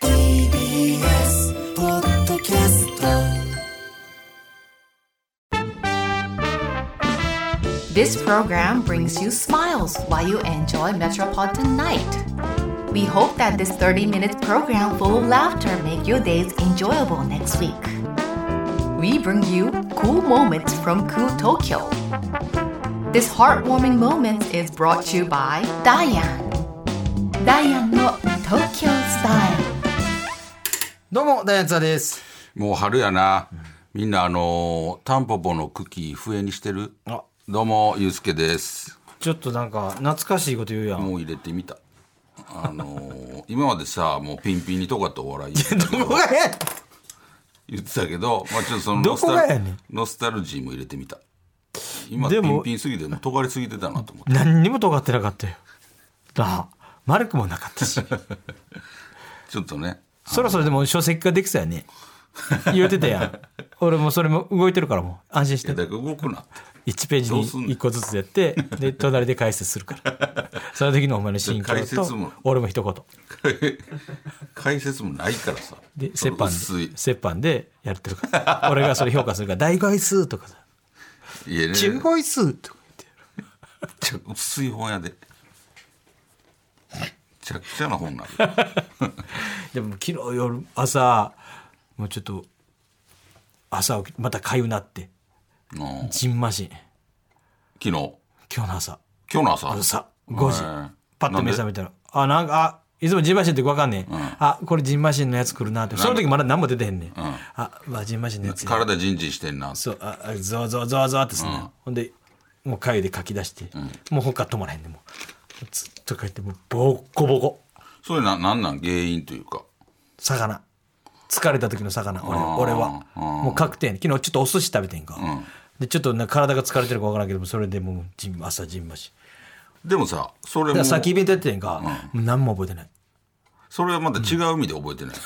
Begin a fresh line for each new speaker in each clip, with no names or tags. TBS ポッドキャスト
This program brings you smiles while you enjoy Metropolitan Night. We hope that this 30-minute program full of laughter make your days enjoyable next week. We bring you cool moments from cool Tokyo. This heartwarming moment is brought to you by Diane. Diane の Tokyo Style.
どうも、ダイアンツァです。
もう春やな。みんなあのータンポポの茎笛にしてる
あ。
どうも、ゆうすけです。
ちょっとなんか、懐かしいこと言うやん。
もう入れてみた。あのー今までさ、もうピンピンにとかとお笑い言ってた け
ど
ど
こがや
言ってたけど、まあちょっとその
ど
ノス
こ
タ
が
ル
やねん
ノスタルジーも入れてみた。今、ピ
でも
ンピンすぎて、もう尖りすぎてたなと思って。
何にも尖ってなかったよ。だ、丸くもなかった し。
ちょっとね。
そろそろでも書籍ができそうや ね。言うてたやん。俺もそれも動いてるからもう、安心し
いや、
て。
だから動くな って。
1ページ
ど
に
うすんの
1個ずつやって、 で、隣で解説するから。その時のお前の進行
解
と
説も、
俺も一言。
解説もないからさ。
で、
そ
折
の
半
薄い
で、。折半でやってるから。俺がそれ評価するから、大概数とかさ、
いやね、
中概数とか言って。
ちゃ薄い本やで。めちゃくちゃな本なる。
でも昨日夜朝もうちょっと朝起きまたかゆなって
うん
じんましん
昨日今
今日の朝
日の朝
朝5時、
へー
パッと目覚めたらあなんかあいつもじんましんってわかんねえ、あこれじんましんのやつ来るなってその時まだ何も出てへんねん、あまあじんましんのやつや
体ジンジンしてんな
そうああゾワゾワゾワゾワってすんねん、ほんでもうかゆで書き出して、もう他止まらへんねんもうずっと書いてもうボッコボコ
それななんなん原因というか
魚疲れた時の魚俺は俺はもう確定やね昨日ちょっとお寿司食べてんか、でちょっとな体が疲れてるか分からんけどもそれでもうじん朝じんまし
でもさそれ
だか
も
らさっきイ
そ
ベントやっててんか、もう何も覚えてない
れはまた違う意味で覚えてない、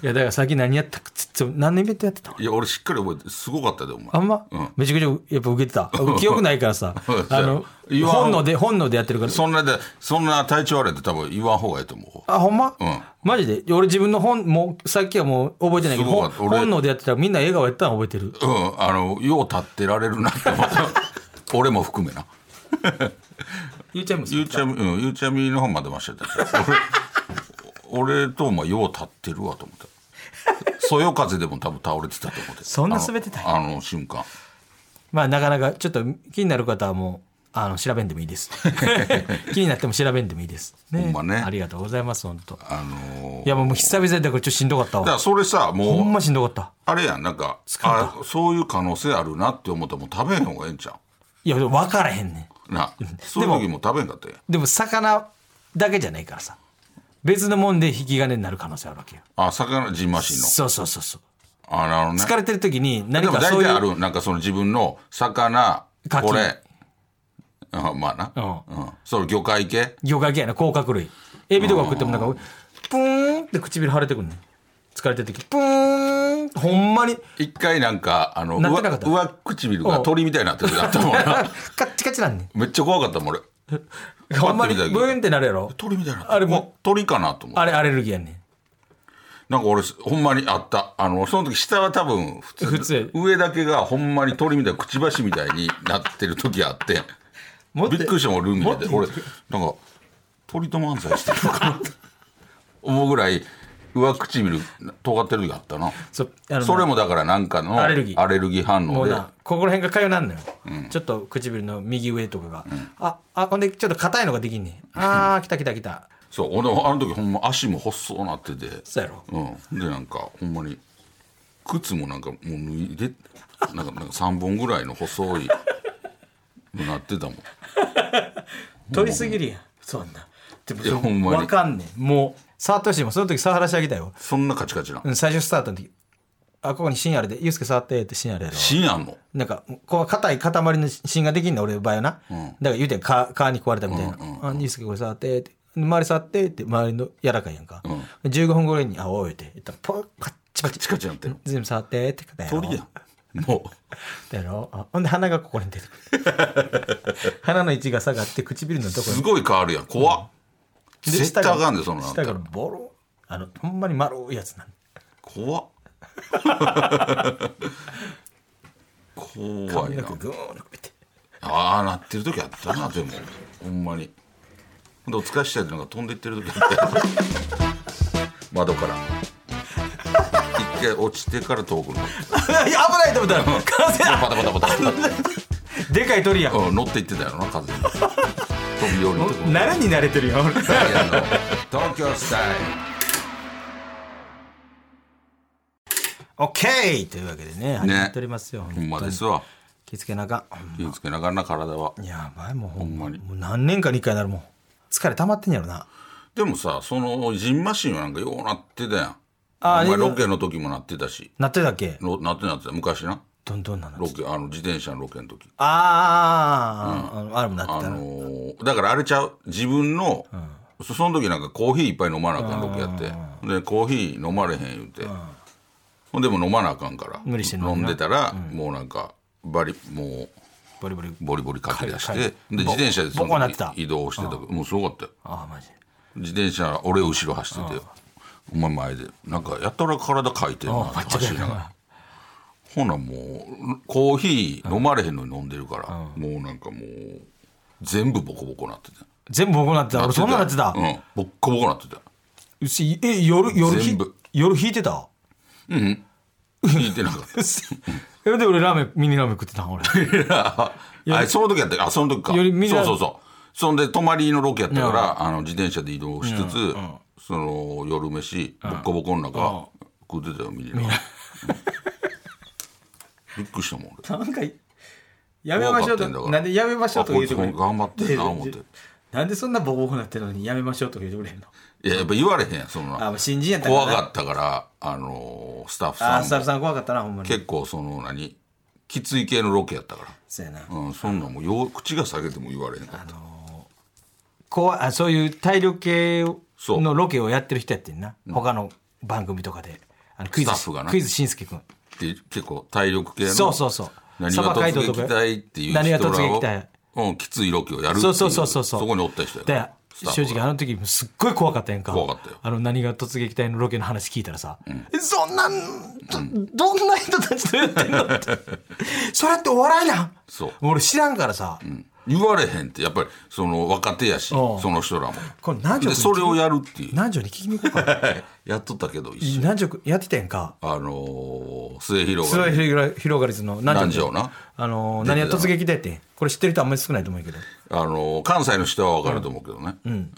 いやだからさっき何やったかつつ何のイベントやってた
いや俺しっかり覚えてすごかったでお前
あんま、
うん、
めちゃくちゃやっぱ受けてた記憶ないからさ
そう
あの
言わん
本能で本能でやってるから
そんなでそんな体調悪いって多分言わん方がいいと思うわ
あほんま、
うん
マジで俺自分の本もうさっきはもう覚えてないけど
すごか
本
った俺
本能でやってたらみんな笑顔やったら覚えてる
うんあのよう立ってられるなって思った 俺も含めな
ゆうちゃんもそ
ゆ
う
うちゃみ、うん、ゆうちゃみの方までましてたし俺俺とお前よう立ってるわと思ったそよ風でも多分倒れてたと思って
そんな滑ってたんや
あのあの瞬間
まあなかなかちょっと気になる方はもうあの調べんでもいい です気になっても調べんでもいいですね
ほんまね
ありがとうございます本当
あのー
いやもう久々だからちょっとしんどかった
だから
わ
それさもう
ほんましんどかった
あれやんなんか
疲れ
あそういう可能性あるなって思ったらもう食べへん方がええんちゃ
いやでも分からへんね
うなそういう時も食べへんかったやん
んでも魚だけじゃないからさ別のもんで引き金になる可能性あるわけよ
あ魚ジンマシンの
そうそうそうそう
あなるほどね
疲れてる時に何
でも
か
大
そうい
体あ
う
るなんかその自分の魚
牡蠣
これあまあな、
う
うんその魚介系
魚介系やな甲殻類エビとか食ってもなんかプーンって唇腫れてくるねん疲れてる時プーンほんまに
一回なんかあの
なって
上
なかった
上唇
う
が
ん
鳥みたいになってる時あったもんな
カッチカチなんねん
めっちゃ怖かったもん俺
ほんまに
パ
ブ
ッて見た時
ーンってなるやろ
鳥みたいになって
あれも
お鳥かなと思って
あれアレルギーやね
なんか俺ほんまにあったあのその時下は多分普通
普通
上だけがほんまに鳥みたいなくちばしみたいになってる時あって
んもっと
びっくりしたもんルーミーで
も
俺なんか鳥と漫才してるのかなって思うぐらい上唇尖ってる時あったな
そあのな
それもだからなんかの
アレルギー
アレルギー反
も
応
う
で
なここら辺がかゆなんのよ、ちょっと唇の右上とかが、ああほんでちょっと硬いのができんねんあー来た来た来た
そう俺あの時ほんま足も細そうなってて
そうやろ
うん、でなんかほんまに靴もなんかもう脱いでなんかなんか3本ぐらいの細いのなってたもん
取りすぎるやんそんなでも
いやほんまに
分かんねんもう触ってほしいもんその時触らしてあげたよ、
そんなカチカチな
うん、最初スタートの時あここに芯あるでユースケ触ってって芯あるやろ
芯あんの
なんかこう硬い塊の芯ができんの俺の場合はな、だから言うてんか皮に食われたみたいな「あユースケこれ触って」って「周り触って」って周りの柔らかいやんか、15分後に「あおい」って言ったらポッパッチパチ
カチカチなってる
全部触ってって言ったやろ
鳥やんも
だろあほんで鼻がここに出てく る鼻の位置が下がって唇のと
う
こ
すごい変わるやん怖っ
に
絶対あかんでそんなのあった
下
ら
からボロあのほんまに丸いやつなん
怖っ怖い
髪の毛
な
グーン伸び て
ああなってる時あったなでもほんまにほんでお疲れしたやつなんか飛んでいってる時あったよ窓から一回落ちてから遠くの
いや危ないと思ったら完成
パタパタパタパ
でかい鳥や
タ、うん、乗っていってたよな風に飛び降りるとこ
奈良に慣れてるよ俺
ダイアンの東京スタイル
OK! というわけでね始まっておりますよ、
ほん
本
ま
当
で
に
すわ
気付けなあか
気をつけながらな体は
んやばいもうほんま
ほんま
に
に
もう何年かに一回なるもん疲れ溜まってんやろな
でもさそのジンマシンはなんかようなってたやん
あ
お
でも
前ロケの時もなってたし
なってたっけ
ろなってなってた昔な
どんどんなの
ロケあの自転車のロケの時
あーあー、あーあれもなって
あ
たな、
のーだからあれちゃう自分の、そその時なんかコーヒーいっぱい飲まなあかんロケやってでコーヒー飲まれへん言うてほんでも飲まなあかんから
無理して飲むな
飲んでたら、もうなんかバリもう
ボリボリ
ボリボリかけ出し
か
て
け
で自転車でそ
ボコにな
の
ってた
移動してたもうすごかったよ
ああマジ
自転車俺後ろ走っててお前前でなんかやたら体かいてるなって走りながらほなもうコーヒー飲まれへんのに飲んでるからもうなんかもう全部ボコボコなってて
全部僕なってた俺そんななってた、
うんボッコボコなってた
うしえ夜夜ひ
全部
夜引いて た
聞いてなかった
えで俺ラーメンミニラーメン食ってたん 俺
あれその時やったあその時か
より見な
そうそうそうそんで泊まりのロケやったから、あの自転車で移動しつつ、その夜飯ボッコボコの中、食ってたよミニラーメン びっくりしたもん俺
なんかやめましょう
怖かったんだか
と
ら
なんでやめましょうとか言うてくれ
あこいつ頑張ってんな思って
ででなんでそんなボコボコなってるのにやめましょうとか言うてくれへんの
いややっぱ言われへんやんそんな
あもう新人やったから
怖
な
かったからあのースタッフ
あー
さん
ス
も
タッフさん怖かったなほんまに
結構その何きつい系のロケやったか
そうやな
ら、うん、そんなんもうよう口が下げても言われへんかった
怖いあそういう体力系
そう
のロケをやってる人やってんな他の番組とかであのクイズ
スタッフがな
クイズしんすけ君
って結構体力系の
そうそうそう
何
サ
が
バ街
突
道とか
撃隊っていう
何が
人
突
ら
撃
を
隊
うん、きついロケをやるっていう
そうそうそうそう
そこにおった人や
で正直あ
あ
の時もすっごい怖かったやんか
怖かったよ
あの何が突撃隊のロケの話聞いたらさ、えそんなんど,、んな人たちとやってんのって それってお笑いなん
そう
も俺知らんからさ、
言われへんってやっぱりその若手やし
うん
その人らも
これ何時
でそれをやるっていう
何時に聞きに行こうか
やっとったけど一緒
何時やってたやんか
あのー、末広
それ
が
は
り
広がりずの何
何条な
あのー何や突撃だってこれ知ってる人あんまり少ないと思うけど
あのー関西の人は分かると思うけどねうん、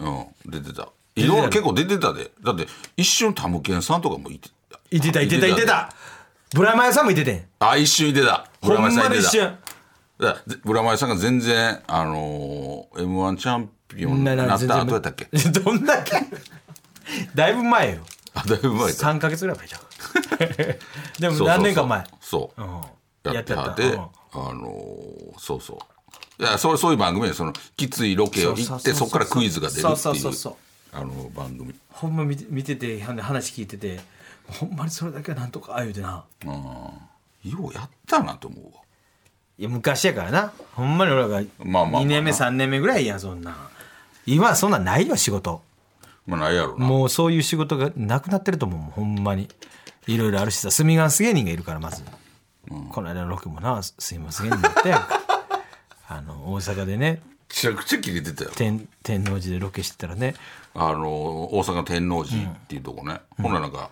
出てたいろいろ結構出てたでだって一瞬タムケンさんとかもいて
いてたいてたいてたブラマヨさんもいててん
あ一瞬いてた
ほんま
村上さい
で
て
一
た
瞬
だからぜ村前さんが全然、あのー、m 1チャンピオンに
な
な
な
っ
全
た
然
後やったっけ
どんだけだいぶ前よ
あだいぶ前か
3か月ぐらい前じゃん で
そ
も
うそうそう
何年か前
そう、
うん
やってはっ
や
て
ってはっ
あのーそうそういやそうそういう番組やそのきついロケを行って
そうそうそうそ
そ
う
こからクイズが出るっていう
そうそうそうそう
あの番組
ほんま見て見ててほんで話聞いててほんまにそれだけはなんとかああいうてな
ようやったなと思うわ
いや昔やからなほんまに俺らが
まあまあ
2年目3年目ぐらいやんそんな今はそんなんないよ仕事
まあないやろうな
もうそういう仕事がなくなってると思うもんほんまにいろいろあるしさ住みガンス芸人がいるからまず、この間のロケもな住みガンス芸人だったやん かあの大阪でね
めちゃくちゃ切れてたよ
天天王寺でロケしてたらね
あの大阪天王寺っていうとこね、ほんならなんか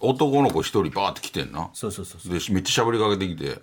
男の子一人バーって来てんな
そうそうそう
でめっちゃ喋りかけてきて、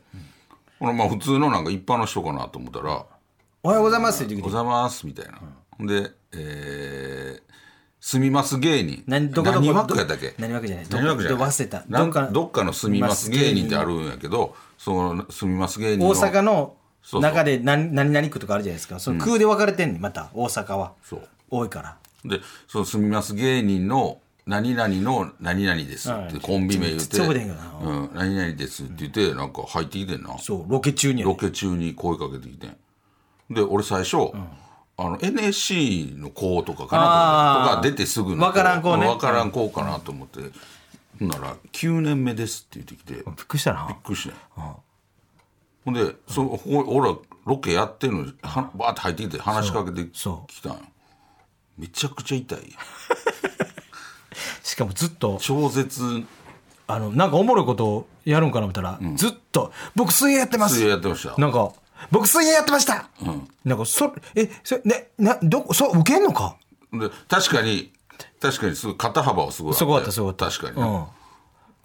ほらまあ普通のなんか一般の人かなと思ったら
「おはようございます」って
「お
言
は
って
ようご
きて
ざいます」みたいな、ほんで、えー「すみます芸人」
何どこどこ
何枠やったっけ
何枠じゃない
何枠じゃない
ど忘れた
な
ど
ん
っかの
どっかの「すみます芸人」ってあるんやけどその「すみます芸人の」
大阪の
そうそう
中で何何々区とかあるじゃないですかその空で分かれてんねんまた大阪は
そう
多いから
でその住みます芸人の何々の何々ですってコンビ名言っ
ちょ
て
ちょち
「
ょ
う
こでいいんかなん
何々です」って言ってなんか入ってきてんな
そうロケ中にやね
ロケ中に声かけてきてんで俺最初、あの NSC の子とかかなと
あー
か出てすぐの
わからん子ね
わからん子かなと思って、ほんなら「9年目です」って言ってきてびっ
びっくりしたな
くりしてんほんでそここ俺らロケやってるのにはバーって入ってきて話しかけて
そう
きたんよめちゃくちゃ痛いやん
しかもずっと
超絶
あのなんかおもろいことをやるんかな思ったら、ずっと「僕水泳やってます」
水泳やってました
なんか「僕水泳やってました」なんかそえそれねなどこそう受けんのか
で確かに確かにすごい肩幅はすごい
すごかったすごかった
確
う
かにな、
ん、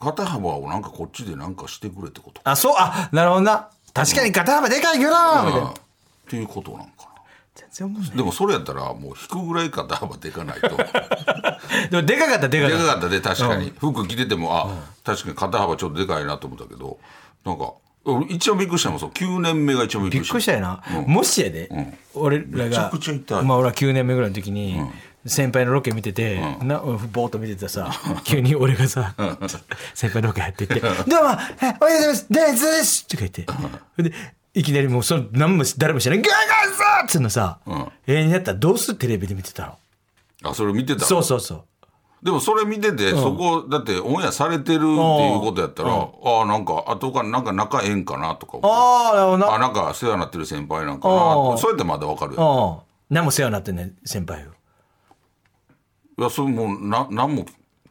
肩幅をなんかこっちでなんかしてくれってこと
あそうあなるほどな確かに肩幅でかいけどなみたい
うんっ
な
ていうことなんか
全然思う
なでもそれやったらもう引くぐらい肩幅でかない とでか
でもでかかったでかかった
かったで確かに、服着ててもあ、確かに肩幅ちょっとでかいなと思ったけどなんか俺一番びっくりしたのもそう9年目が一番びっく
びっ
りした
くりしたよな、もしやで、俺らが
めちゃくちゃ痛い
まあ、俺は9年目ぐらいの時に、先輩のロケ見てて、なぼーっと見てたらさ急に俺がさ先輩のロケ入ってって「どうもえおはようございますデイズです」とか言ってでいきなりもうその何も誰も知らない「ガンガンさ!」っつうのさ、永遠にやったらどうするテレビで見てたの
あそれ見てた
そうそうそう
でもそれ見てて、そこだってオンエアされてるっていうことやったら、ああなんか後からなんか仲ええんかなとか思う
ああなるほど
あ
な
なんか世話になってる先輩なんかな
あ
と
あ
かそうやってまだわかるやん
うん何も世話になってんねん先輩を
いやそれもうな何も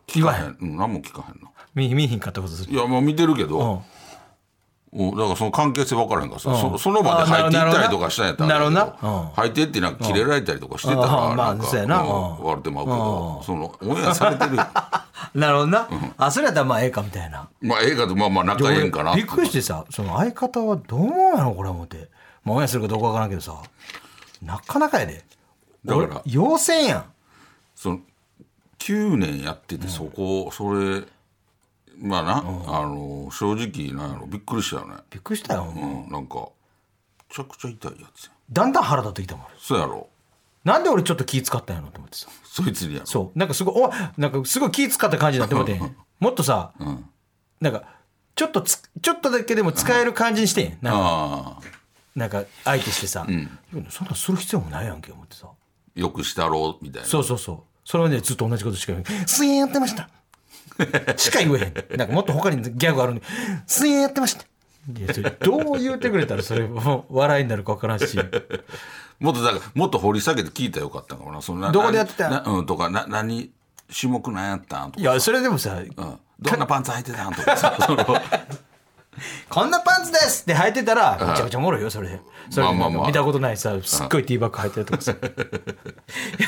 聞かへ
言わへ
んうん何も聞かへんな
見見えへんかったことする
いやまあ見てるけ
うん
ど、うん、だからその関係性分からへんからさ、そその場で入っていったりとかしたんやったらあれやけ
なるほどなうん
入っていってなんか切れられたりとかしてたら
うんああまあ
んか
そうやな
うん
うん
笑ってまうけど、そのオンエアさ れてる
なるほどな、あそれやったらまあええかみたいな
まあ映画でまあまあ仲ええんかな
びっくりしてさその相方はどう思うなのこれ思ってまあオンエアするかどうかわからんけどさなかなかやで
だから
俺要請やん
その9年やっててそこ、それまあな、あの正直なんやろびっくりしたよね、
びっくりしたよ、
うん、なんかめちゃくちゃ痛いやつや
だんだん腹立ってきたもん俺
そうやろ
なんで俺ちょっと気使ったんやろと思ってさ
そいつにやろ
そうなんかすごいおなんかすごい気使った感じになってもてもっとさ、なんかちょっとつちょっとだけでも使える感じにしてんなんか
ああ
なんか相手してさ、そんなんする必要もないやんけ思ってさ
よくしたろうみたいな
そうそうそう。それはね、ずっと同じことしか言えない。水泳やってました。しか言えへん。なんかもっと他にギャグあるのに、水泳やってました。いやそれどう言うてくれたらそれも笑いになるか分からんし。
もっとだからもっと掘り下げて聞いたらよかったんかもなそのな
どこでやってたん
なうんとかな何種目なんやったんと
い
か、
や、それでもさ、
うん、どんなパンツ履いてたんとかさその
こんなパンツですって履いてたら、めちゃくちゃおもろいよ、それで。それで
まあまあまあ
見たことないさ、すっごいティーバッグ履いてるとかさ。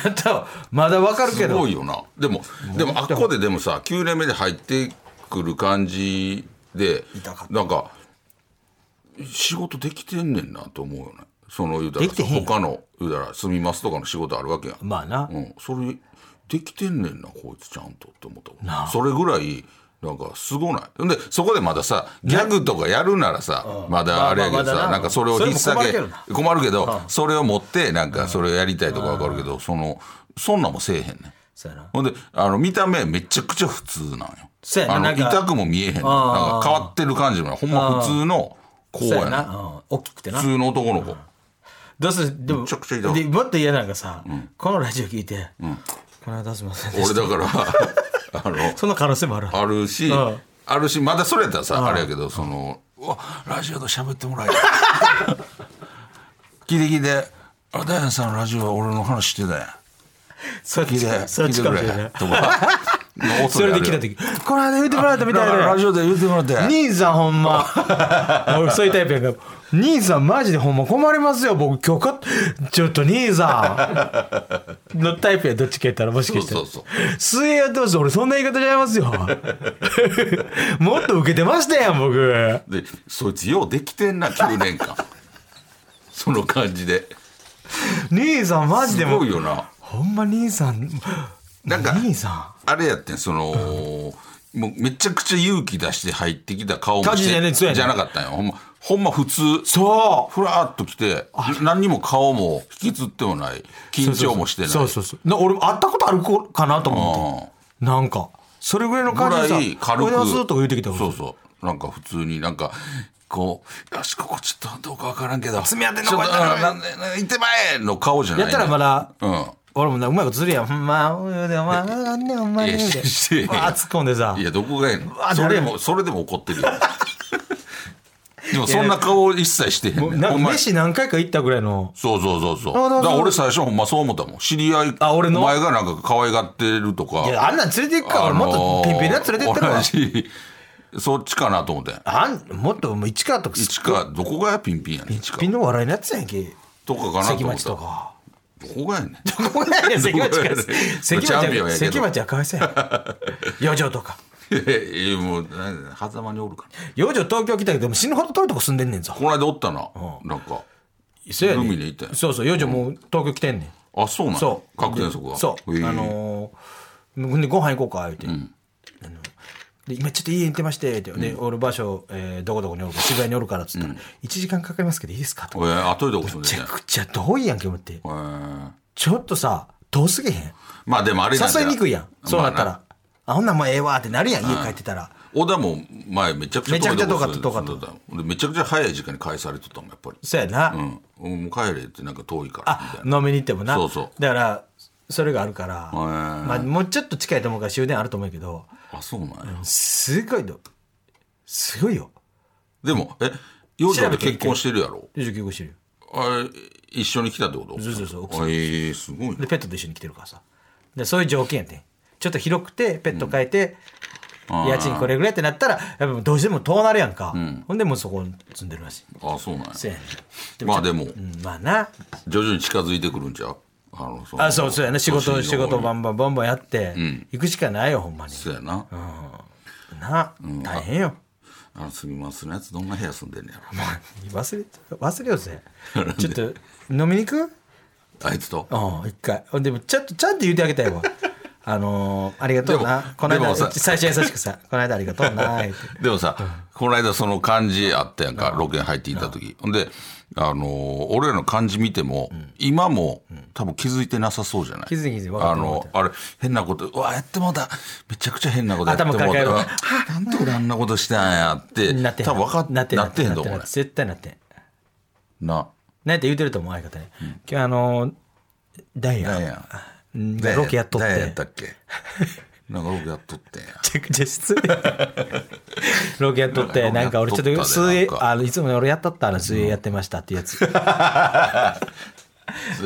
やったわまだ分かるけ
す
ど
ごい。よなでもでもあっこででもさ9年目で入ってくる感じでなんか仕事できてんねんなと思うよねその言うたら
できてへんよ
他の言うたら「住みます」とかの仕事あるわけやん、
まあな
う。ん、それできてんねんなこいつちゃんとって思ったそれぐらいなんかすごないんでそこでまださギャグとかやるならさまだあれやけど
まあまあま
さ
だな
なんかそれを引っ
それも困るけ
提げ
どな
困るけどそれを持ってなんかそれをやりたいとかわかるけどそのそんなんもせえへんねん
そうやな。
ほんであの見た目めちゃくちゃ普通なんよ
そうやな
あの
なんか
痛くも見えへんねんなんか変わってる感じもないほんま普通の子
そう
や
や
ねん
な。うん大きくてな
普。通の男の子
どうするでも
めちゃくちゃ痛
で
い
もっと嫌なのがさ、このラジオ聞いて、この間すみませんでし
俺
た
だから あの
その可能性もある
あるし、
うん
あるし、まだそれやったらさ、あれやけど、その、うわ、ラジオで喋っても らえる。聞いて聞いて、あ、ダイアンさんのラジオは俺の話してたやん。
そっ
聞い
ち
て、
そ
聞
っ
い
ち
て
か
く
も
れ
しれない。
とか。
それで来た
時。
時この間言ってもらったみたい
だから
な
ラジオで言ってもらって。
兄さんほんま 俺そういうタイプやから兄さんマジでほんま困りますよ僕許可ちょっと兄さんのタイプやどっちか言ったらもしかして
そうそう
水泳やってます俺そんな言い方ちゃいますよもっと受けてましたやん僕
で、そいつようできてんな、9年 間。その感じで。
兄さんマジ
す
でも
ごいよな。
ほんま兄さん
なんか
兄さ
あれやってん、その、もうめちゃくちゃ勇気出して入ってきた顔も
感じ
し
でね
て
そうやね
じゃなかったんよほんまほんま普通
そ
ふらーっと来て何にも顔も引きずってもない緊張もしてない
そうそうそうな俺も会ったことある子かなと思
あ
ってなんかそれぐらいの
あ
感
ぐ
じ
ら
で
い
さ「
軽
お
く
いでやす」とか言うてきた
そうそうなんか普通になんかこうよしここちょっとどうかわからんけど
爪当てんの
ちょっと
こうやったら
うんなんでなんで行ってまえの顔じゃない
やったらまだ
うん
俺もなうまいことするやんほんまおいでお前あんねんお前
い
ね
や
みたい
ししてへん
なわあ突っ込んでさ
いやどこがやねん
わ
それ
な
もそれでも怒ってるよでもそんな顔一切してへん
もう
ねん
な
ほ
んか
んまに
飯何回か行ったぐらいの
そうそうそうそう
あそうそ
だ
う
から俺最初ほんまそう思ったもん知り合い
あ俺の
お前がなんか可愛がってると
い
か
やあんなん連れて行くか
あ
俺もっ
の
と
ー
ピンピンのやつ連れて行 ったから
同じそっちかなと思って
あんもっともう市川とか
市川どこがやピンピンやねん市
ピン
川
の笑いのやつやんけ
とかかなと
関
思っ
町
た
とか
どこがやねん
どこやねん関町か
どこやねん
関町
チャンピオン
は
やけど
関町はかわい そうやん四条とか
いやいやもうなん狭間におるから
四条東京来たけどでも死ぬほど遠いとこ住んでんねんぞ
この間おったななんか
そうやねん
海に行ったんや
そうそう四条もう東京来てんねん
あそうなん
そう
確定則が
そう、
へえ
あのー、ほんでご飯行こうか言うて、あので今ちょっと家に行ってましてって、で俺場所、えーどこどこにおるか渋谷におるからっつったら、一1時間かかりますけどいいですかと
えー後でどこ住ん
めち
でんね
ゃ
ん
くちゃ遠いやんけ思って
えー
ちょっとさ遠すぎへん
まあでもあれなんじゃ
誘いにくいやんそうなったら、
まあな
あほんなんもうええわってなるやん家帰ってたら、
小田も前めちゃくちゃ
めちゃくちゃ遠かった遠
とこ
かった
住んでたでめちゃくちゃ早い時間に返されとったもんやっぱり
そうやな、
うんもう帰れってなんか遠いからみ
あ
たいな
飲みに行ってもな
そうそう
だからそれがあるから、
ー
まあ、もうちょっと近いと思うから終電あると思うけど
あそうなんや
すごいのすごいよ
でもえ幼女
調
で
べて
結婚してるやろ
29号してるよ
あれ一緒に来たってこと
そうそうそう奥さ
あえーすごい
で
ね
ペットと一緒に来てるからさでそういう条件やてんちょっと広くてペット変えて、家賃これぐらいってなったらやっぱどうしても遠なるやんか、ほんでもうそこに住んでるらしい
あそうなんや
せやねん
まあでも
うんまあな
徐々に近づいてくるんちゃうあのその
あそうそうやな仕事
都
仕
心の方
事
に
バンバンバンバンやって、行くしかないよほんまに
そうやな
な、大変よ
あのすみますのやつどんな部屋住んでんねやろ
忘れ忘れようぜちょっと飲みに行く
あいつと
うん一回でもちょっとちゃんと言ってあげたい わあのーありがとう
でも
なこの
で
間
もさ
最初優しくさ「この間ありがとうな」言って
でもさ、この間その漢字あったやんか、ロケに入っていた時。ほんで、あのー俺らの漢字見ても、今も多分気づいてなさそうじゃない
気づいて気づいて分か
あ
ってる分か
の
っ、
あれ、変なこと、うわ、やってもうた。めちゃくちゃ変なことやってもうた。
頭抱える
うんあなんで俺あんなことしたんやって、
な ってへん
多分分かっ
なって
なってへんと思
な
う
っ
ね
て絶対なってへん
な。
なんて言うてると思う相方に、今日あのーダイ
なん
ヤ
や。
うんがロケやっとって
誰や
め
ったっけなんかロケやっとってんや。
ちゃくちゃ失礼 ロケやっとって
な
なんん
か
か俺
ロケ
ち
や
ょ
っ
っ
とったで
と水泳
なんか
あのいつもね俺やっとったら水泳やってましたっていうやつ、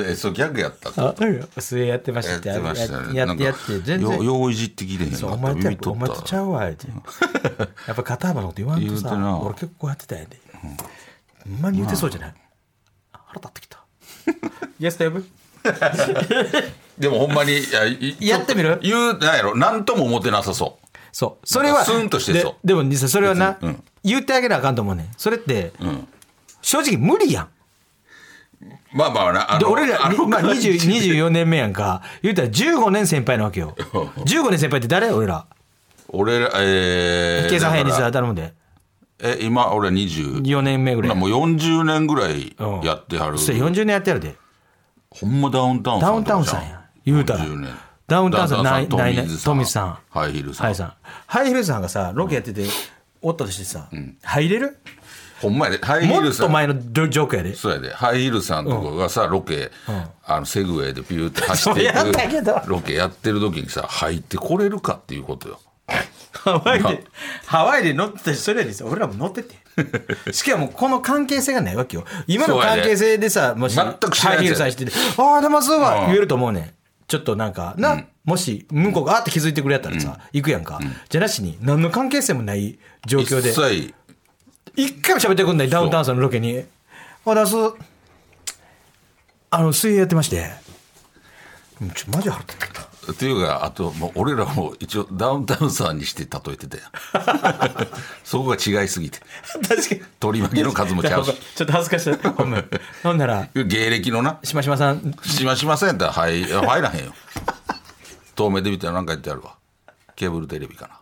え、そう、ギャグ やったっけ
あ水泳やってました
や
っ
っててましたね。
や
な
っ
ん
て
か
やって全
よ
然
よういじってきてへんかった
そうお前とや
耳
お
取っ
前
た
とちゃうわ言う てやっぱ肩幅のこと言わんと
言うてな
さ俺結構やってたんやでほんまに言うてそうじゃない腹立ってき たイエスと呼ぶ
でもほんまにいやい
やってみる
ちょっと言うなんやろ何とも思ってなさそ
そうそれは
スンとしてそう
ででも実際それはな、
別にうん
言ってあげなあかんと思うねんそれって、
ん
正直無理やん
うまあまあなあ
で俺ら、
あの
まあ、20 24年目やんか言うたら15年先輩なわ けよ15年先輩って誰俺ら
俺らえー
計算早いに
だか
さ
ら
頼むで
え今俺ら20
4年目ぐらい
もう40年ぐらい
うん
やってはる、
それ40年やってやるで
ほんまダウンタウン
ダ
さ
ウ
ん
ン
と
タウン
かじゃ
さんや言うたら
40年
ダウンタウンさん
ダ
な
ウ
い
ンタウンさん
ないない
ト
ト
ミ
ミー
ーさ
さ
ん
ん
ハイヒルさん
ハイさんハイヒルさんがさロケやってて、おったとしてさ、入れる
ほんまやでハイヒ
も
ル
っ
さ
と
ん
前のジョジョークやで
そうやでハイヒルさんとかがさ、ロケ、あのセグウェイでピューって走ってい
そうやったけど
くロケやってる時にさ入ってこれるかっていうことよ
ハワイで ハワイで乗ってたしそれやでさ俺らも乗って てしかもこの関係性がないわけよ今の関係性でさもし
全く知ら
ハイ
んやつやで
ヒルさんしてて「ああでもそう
う
は
ん
言えると思うねんちょっとなんかな、もし向こうがあーって気づいてくれやったらさ、行くやんか、じゃなしに何の関係性もない状況で
一切
一回も喋ってくんないダウンタウンさんのロケに「あだすあの水泳やってましてうんちょマジ腹立ってきた
っていうかあともう俺らも一応ダウンタウンさんにして例えてたやん そこが違いすぎて
確かに
取り巻きの数もちゃうし
ちょっと恥ずかしいほんま ほんなら
芸歴のな
しましまさん
しましませんやったら入入らへんよ遠目で見たら何か言ってあるわケーブルテレビかな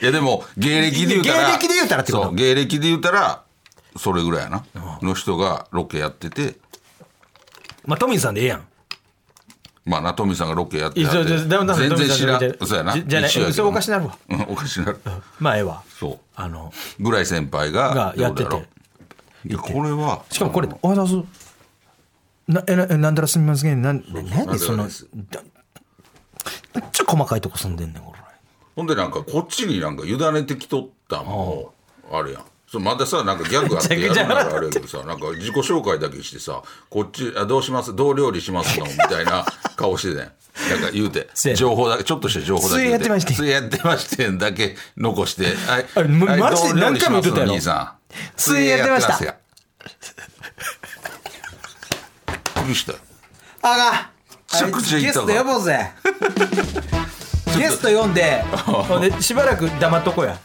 いやでも芸歴で言うたら
芸歴で言うたらってこと
そう芸歴で言うたらそれぐらいやなの人がロケやってて
まあトミーさんでええやん
まあなトミーさんがロケやって
い
は
や
って
そうそうダメダメ
全然知ら
ダメ
ん
ダメ
そうやな
じゃじゃない
一緒やけど
それおかしなるわ
うんおかしなる
まあええわ
そ
あの
うぐらい先輩が
がやってて
どうだろういやこれは
しかもこれ「おはようございます」なえなえなんだらすみませんなん何その
なん
だ
でです
めっちゃ細かいとこ住んでんねんこれ
ほんでなんかこっちになんか委ねてきとったんもあるやんそうまたさなんかギャグあってやるならあれやけどさなんか自己紹介だけしてさこっちあどうしますどう料理しますのみたいな 顔してたやんなんか言うて
せやな
情報だけちょっとした情報だけ言
水や
う
ってましてん
水やってましてんだけ残してはい
あれま
はい
マジで
どう料理し
何回も言
ますの
っとったやろ
兄さん
水泳やってました
水泳や ってますよびっくりしたよ
あ
めちゃくちゃ言ったぞ
ぼう ぜゲスト呼んでほんでしばらく黙っとこうや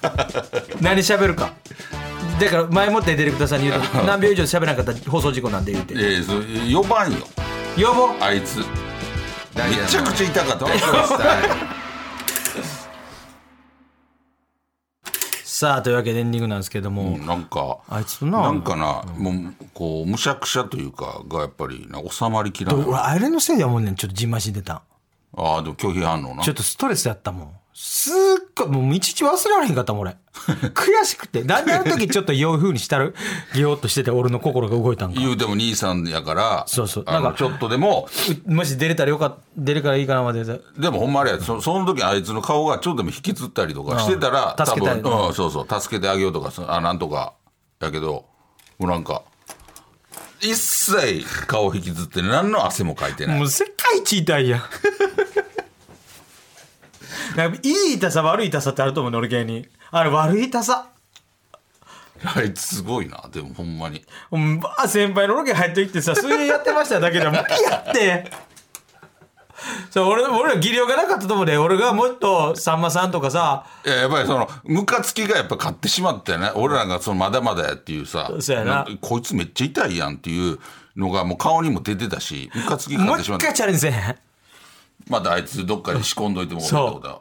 何喋るかだから前もってディレクターさんに言う と何秒以上喋らなかったら放送事故なんで言うて
ええそう呼ばんよ
呼ぼう
あいつめちゃくちゃ痛かった
さあというわけでエンディングなんですけども、
なんか
あいつな
なんかな、もうこうむしゃくしゃというかがやっぱりな収まりきらない
俺あれのせいでもうねんちょっとじんましん出た
ああでも拒否反応な
ちょっとストレスやったもんすっごいもういちいち忘れられへんかったもん 俺悔しくて何であの時ちょっと酔うふうにしたるぎょーっとしてて俺の心が動いたんか
言うても兄さんやから
そうそう
あ
な
の
んか
ちょっとでも
もし出れたらよかった出れたらいいかなまで
でもほんまあれやそその時あいつの顔がちょっとでも引きつったりとかしてたら
うん助けてあげる
分、うん、そうそう助けてあげようとかそあなんとかやけどもうなんか一切顔引きずって何の汗もかいてない
もう世界一痛いやん なんかいい痛さ悪い痛さってあると思うね俺芸人あれ悪い痛さ
あいつすごいなでもほんまに
うんばあ先輩のロケ入ってきてさ水泳やってましただけで無理やってそう俺俺ら技量がなかったと思うで俺がもっとさんまさんとかさ
いややっぱりそのムカつきがやっぱ買ってしまったよね俺らがそのまだまだやっていうさ
そうやなん
かこいつめっちゃ痛いやんっていうのがもう顔にも出てたしムカつきが
も
買っ
う
てしま
一
った
回チャレンジせえへん
またあいつどっかに仕込んどいてもらった
そう
ことだ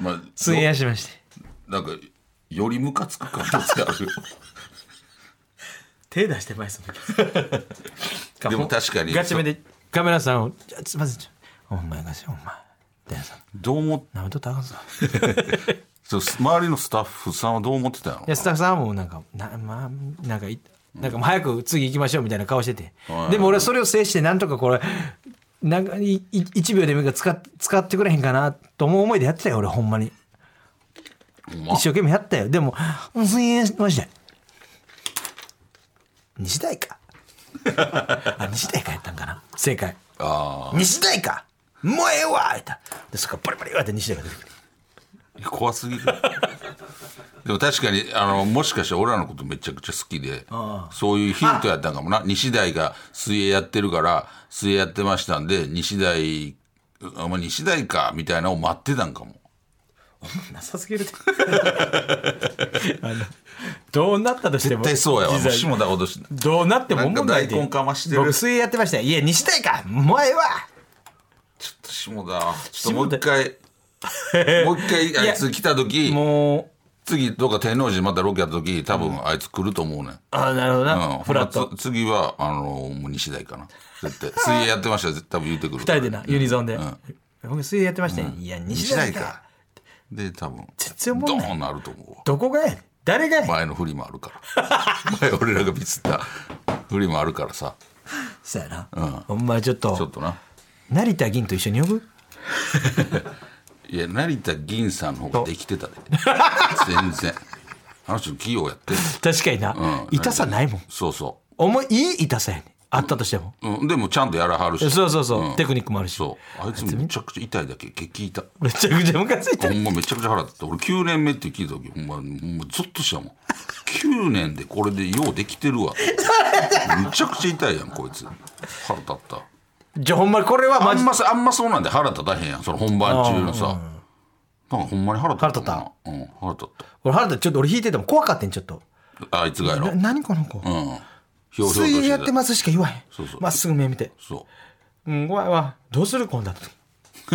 まあ
水泳しまして
なんかよりムカつく可能性あ る
手出してます
でも確かに
ガチめでカメラさんを「すいませんちょお前がしお前ダンさん
どう思
なめとったらあかんぞ」
そう周りのスタッフさんはどう思ってたの
いやスタッフさんはもうなんかな,、まあ、なんかいなんかもう早く次行きましょうみたいな顔してて、でも俺はそれを制してなんとかこれなんかいい1秒でもいいから使っ使ってくれへんかなと思う思いでやってたよ俺ほんまに
ま
一生懸命やったよでも「うん水泳マジで」西大かあ西大かやったんかな正解
あ
西大かもうええわ言ったでそっからバリバリ言われて西大が出てくる
あ怖すぎる でも確かにあのもしかして俺らのことめちゃくちゃ好きでそういうヒントやったんかもな西大が水泳やってるから水泳やってましたんで西大お前西大かみたいなのを待ってたんかも
なさすぎるって あのどうなったとして
絶
も
対そうやわ
西大
下田ことし
どうなっても思んない
なんか大根かましてる
僕水泳やってましたよいや西大かもうええわ
下田ちょっともう一回 もう一回あいつ来た時
もう
次どっか天王寺でまたロケやった時多分あいつ来ると思うねん、うん
あなるほどな、フラッ
ほん
ト
まつ次はあのもう西大かな絶対水泳やってましたよ絶対多分言ってくる
二人でなユニゾンで、
うん
僕水泳やってましたよ、いや西
西
大
大
か
かで多分
然思
ド
んない
ーンなると思うわ
どこがやねん誰がやねん
前の振りもあるから前俺らが ミスった振りもあるからさ
そうやな、ほんまちょっと
ちょっとな
成田銀と一緒に呼ぶ
いや成田銀さんの方ができてたで全然あの人器用やってる
確かにな、
うん
痛さないもん
そうそ
思いいい痛さやねんあったとしても、
う、うん、でもちゃんとやらはるし
そうそうそう、
ん
テクニックもあるし
そうあいつめちゃくちゃ痛いだけ激痛
めちゃくちゃムカついた
ほんまめちゃくちゃ腹立った俺9年目って聞いた時ほんまほんまゾッとしたもん9年でこれでようでき てるわめちゃくちゃ痛いやんこいつ腹立った
じゃあほんまこれは
あ
マジ
んまそあんまそうなんで腹立たへんやんその本番中のさなんかほんまに腹立ったもんなうん腹立っ
俺原田ちょっと俺引いてても怖かったんちょっと
たあいつがやろ
な
うん
何この子、
ひょうひょうと
水
し
泳
て
や
た
ってますしか言わへん
そうそう
まっすぐ目見て
そ
うん怖いわどうする今度だと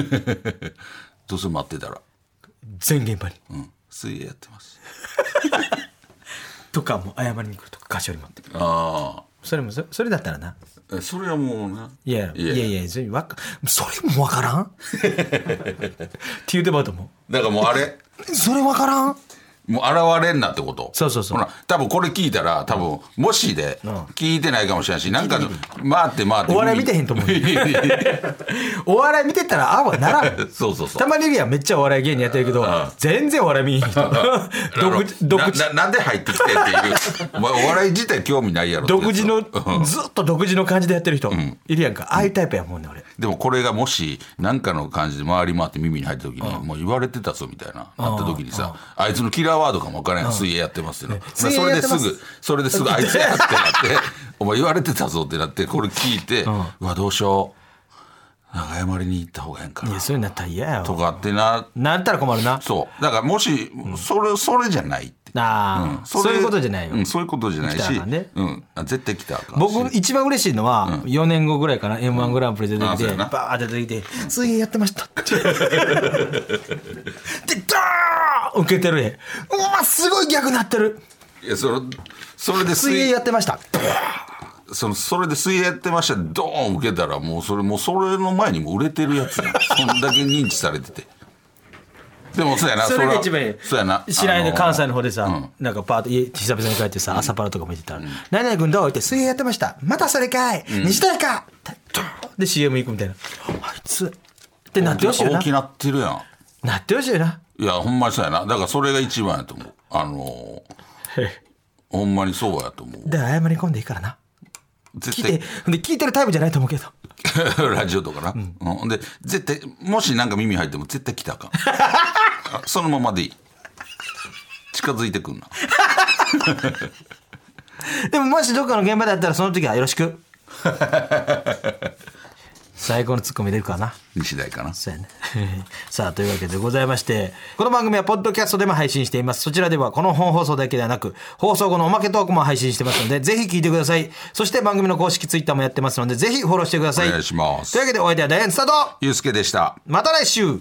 うどうせ待ってたら
全現場に
「うん水泳やってます
とかも謝りに来るとか菓子折り持ってくる」
あ
それもそそれだったらな
あそれはもうない
やい
い
や
や
いやいやそれわかそれもわからんって言うてばと思
だからもうあれ
うそれわから ん
もう現れんなってこと
そうそうそう
ほら多分これ聞いたら多分もしで
ん
聞いてないかもしれないしなんかの回って回って
お笑い見てへんと思うよ
いやいやいや
お笑い見てたらああはならん
そうそうそう
たまにいるやんめっちゃお笑い芸人やってるけど全然お笑い見えへん人 独自独自
なななんで入ってきてっていうお前お笑い自体興味ないやろってやつ
独自のずっと独自の感じでやってる人いるやんかああいうタイプやもんね俺
でもこれがもし何かの感じで回り回って耳に入った時にもう言われてたぞみたいななった時にさあいつのキラーワードかも分からんやん水泳やってますってなそ
水泳
れ
や
で
ってます
すぐそれですぐあいつやってなって お前言われてたぞってなってこれ聞いてうわどうしようなんか謝りに行った方がええんか
い
な
やそういうのやったら嫌や
と
わ
かってな
なったら困るな
そうだからもしそれそれじゃないって
ああ
れ
そういうことじゃないよ
うんそういうことじゃない
来た
し
らね
うんあ絶対来たらあかんし
僕一番嬉しいのは4年後ぐらいかな m 1グランプリ出てき
あそう
て
やな
バーって出てきて「水泳やってました」ってでダーン受けてるねうわすごい逆なってる
いやそれそれで
水泳やってました
そのそれで水泳やってましたでドーン受けたらもうそれもうそれの前にもう売れてるやつ やんそんだけ認知されててでもそうやな
それ
は
が一番いい
そうやな
知らない
あ
で
の
関西の方でさ、
うん
なんかパーッと家久々に帰ってさ朝パラとか見てたら「何々君どう?」って「水泳やってましたまたそれかい、西田か!」で CM 行くみたいな「あいつ」ってなってほしいよな
大きなってるやん
なってほしいよ ない
やほんまにそうやなだからそれが一番やと思うあのーほんまにそうやと思う
で謝り込んでいいからな聞
絶
い
対
てほんで聞いてるタイプじゃないと思うけど
ラジオとかな、うんで絶対もしなんか耳入っても絶対来たらあかんあ そのままでいい近づいてくんな
でももしどっかの現場でやったらその時はよろし く最高のツッコミ出るからな
西大かな
そうやね。 さあ、というわけでございまして、この番組はポッドキャストでも配信しています。そちらではこの本放送だけではなく、放送後のおまけトークも配信してますので、ぜひ聞いてください。そして番組の公式ツイッターもやってますので、ぜひフォローしてください。
お願いします
というわけでお相手はダイアンスタート
ゆうすけでした
また来週